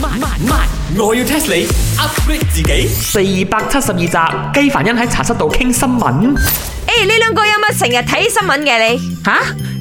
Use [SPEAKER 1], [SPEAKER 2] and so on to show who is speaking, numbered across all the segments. [SPEAKER 1] 慢慢慢，我要 test 你 upgrade 自己。
[SPEAKER 2] 四百七十二集，基凡欣喺茶室度傾新聞。
[SPEAKER 3] 诶，哎呢兩個有乜成日睇新聞嘅你？
[SPEAKER 4] 吓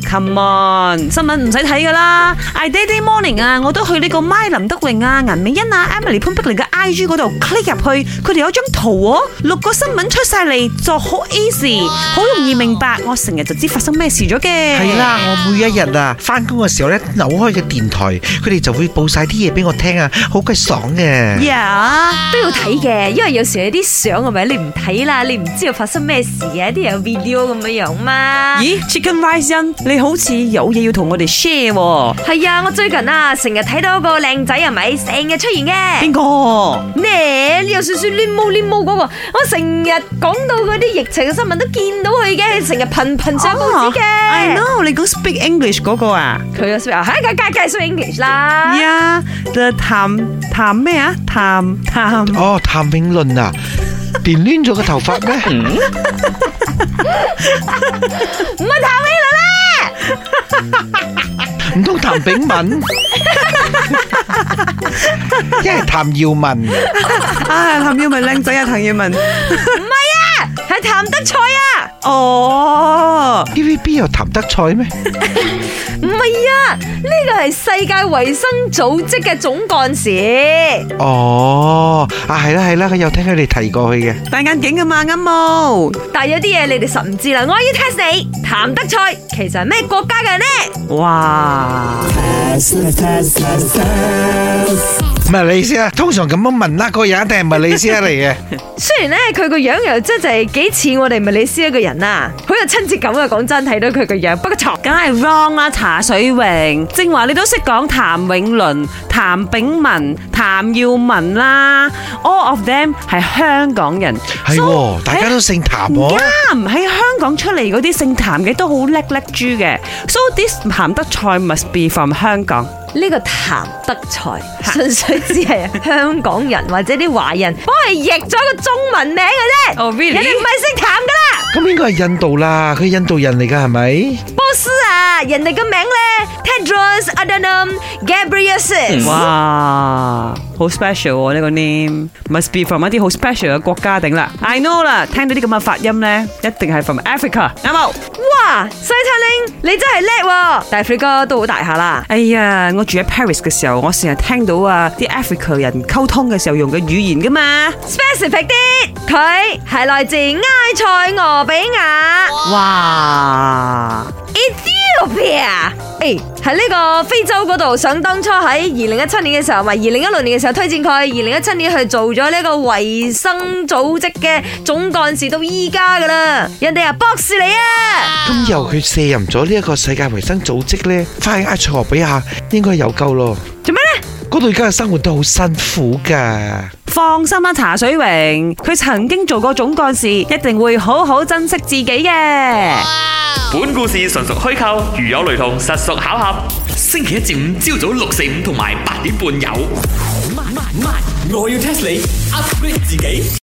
[SPEAKER 4] ？Come on，新聞唔使睇噶啦，I Day Day Morning 啊，我都去呢個 My 林德榮啊、顏美欣啊、Emily 潘碧玲嘅 I G 嗰度 click 入去，佢哋有張圖喎，六個新聞出晒嚟，就好 easy，好容易明白，我成日就知發生咩事咗嘅。
[SPEAKER 5] 係啦，我每一
[SPEAKER 4] à?
[SPEAKER 5] 日啊翻工嘅時候咧，扭開嘅電台，佢哋就會報晒啲嘢俾我聽啊，好鬼爽嘅。
[SPEAKER 4] ，Yeah。
[SPEAKER 3] 都要睇嘅，因為有時有啲相係咪？你唔睇啦，你唔知道發生咩事嘅，啲有 video 咁樣樣嘛。
[SPEAKER 4] 咦，Chicken Rice 欣，你好似有嘢要同我哋 share 喎？
[SPEAKER 3] 係啊，我最近啊，成日睇到個靚仔係咪成日出現嘅
[SPEAKER 4] 邊？個？
[SPEAKER 3] 咩？有少少攣毛攣毛嗰個，我成日講到嗰啲疫情嘅新聞都見到佢嘅，成日頻頻上報紙嘅。
[SPEAKER 4] 哦，I know，你講 speak English à? 嗰個啊？
[SPEAKER 3] 佢嘅 s p e 係梗梗係 English
[SPEAKER 4] À.
[SPEAKER 3] 啦。
[SPEAKER 4] 呀，就譚譚咩啊？譚譚
[SPEAKER 5] 哦，譚詠麟啊，電攣咗個頭髮咩？
[SPEAKER 3] 唔係譚詠麟啦。
[SPEAKER 5] 唔通譚炳文？一係譚耀文，
[SPEAKER 4] 啊，譚耀文靚仔啊，譚耀文。
[SPEAKER 3] 係譚德賽啊，
[SPEAKER 4] 哦，
[SPEAKER 5] TVB 有譚德賽咩？
[SPEAKER 3] 唔係啊，呢個係世界衛生組織嘅總幹事。
[SPEAKER 5] 哦，啊係啦係啦，佢有聽佢哋提過佢嘅。
[SPEAKER 4] 戴眼鏡啊嘛，啱冇？
[SPEAKER 3] 但係有啲嘢你哋實唔知啦，我要 test 你，譚德賽其實係咩國家嘅人呢？
[SPEAKER 4] 哇！
[SPEAKER 5] 馬來西亞通常咁樣問啦，嗰個人一定係馬來西亞嚟嘅。
[SPEAKER 3] 雖然咧佢個樣又真係幾似我哋馬來西亞嘅人啊，好有親切感啊！講真，睇到佢個樣，不過錯。
[SPEAKER 4] 梗係 wrong 啦，茶水榮，正話你都識講譚詠麟、譚炳文、譚耀文啦，all of them 係香港人，
[SPEAKER 5] 係喎，大家都姓譚喎。
[SPEAKER 4] 啱喺香港出嚟嗰啲姓譚嘅都好叻叻豬嘅，so this 譚德賽 must be from 香港。
[SPEAKER 3] 呢個譚德賽純粹只係香港人或者啲華人，幫佢譯咗個中文名嘅啫。
[SPEAKER 4] 哦，really？
[SPEAKER 3] 人哋唔係姓譚噶啦。
[SPEAKER 5] 咁應該係印度啦，佢印度人嚟㗎係咪？
[SPEAKER 3] 波斯啊，人哋嘅名咧，Tedros Adhanom Ghebreyesus。
[SPEAKER 4] Hmm。哇，好 special 喎、呢、個 name，must be from 一啲好 special 嘅國家頂啦。I know 啦，聽到啲咁嘅發音咧，一定係 from Africa，啱冇？
[SPEAKER 3] 哇，西餐拎，你真係叻喎！但係肥哥都好大下啦。
[SPEAKER 4] 哎呀，我住喺 Paris 嘅時候，我成日聽到啊啲 Africa 人溝通嘅時候用嘅語言噶嘛。
[SPEAKER 3] specific 啲，佢係來自埃塞俄比亞
[SPEAKER 4] 哇！
[SPEAKER 3] Ethiopia。誒，喺呢個非洲嗰度，想當初喺二零一七年嘅時候，咪二零一六年嘅時候推薦佢，二零一七年去做咗呢個衞生組織嘅總幹事，到依家噶啦，人哋啊博士嚟啊！
[SPEAKER 5] 咁由佢卸任咗呢一個世界衞生組織呢，翻去埃塞俄比亞應該有救咯。
[SPEAKER 3] 做咩咧？
[SPEAKER 5] 嗰度而家嘅生活都好辛苦㗎。
[SPEAKER 4] 放心啦，茶水榮，佢曾經做過總幹事，一定會好好珍惜自己嘅。
[SPEAKER 1] 本故事純屬虛構，如有雷同，實屬巧合。星期一至五朝早六四五同埋八點半有。我要 test 你 upgrade 自己。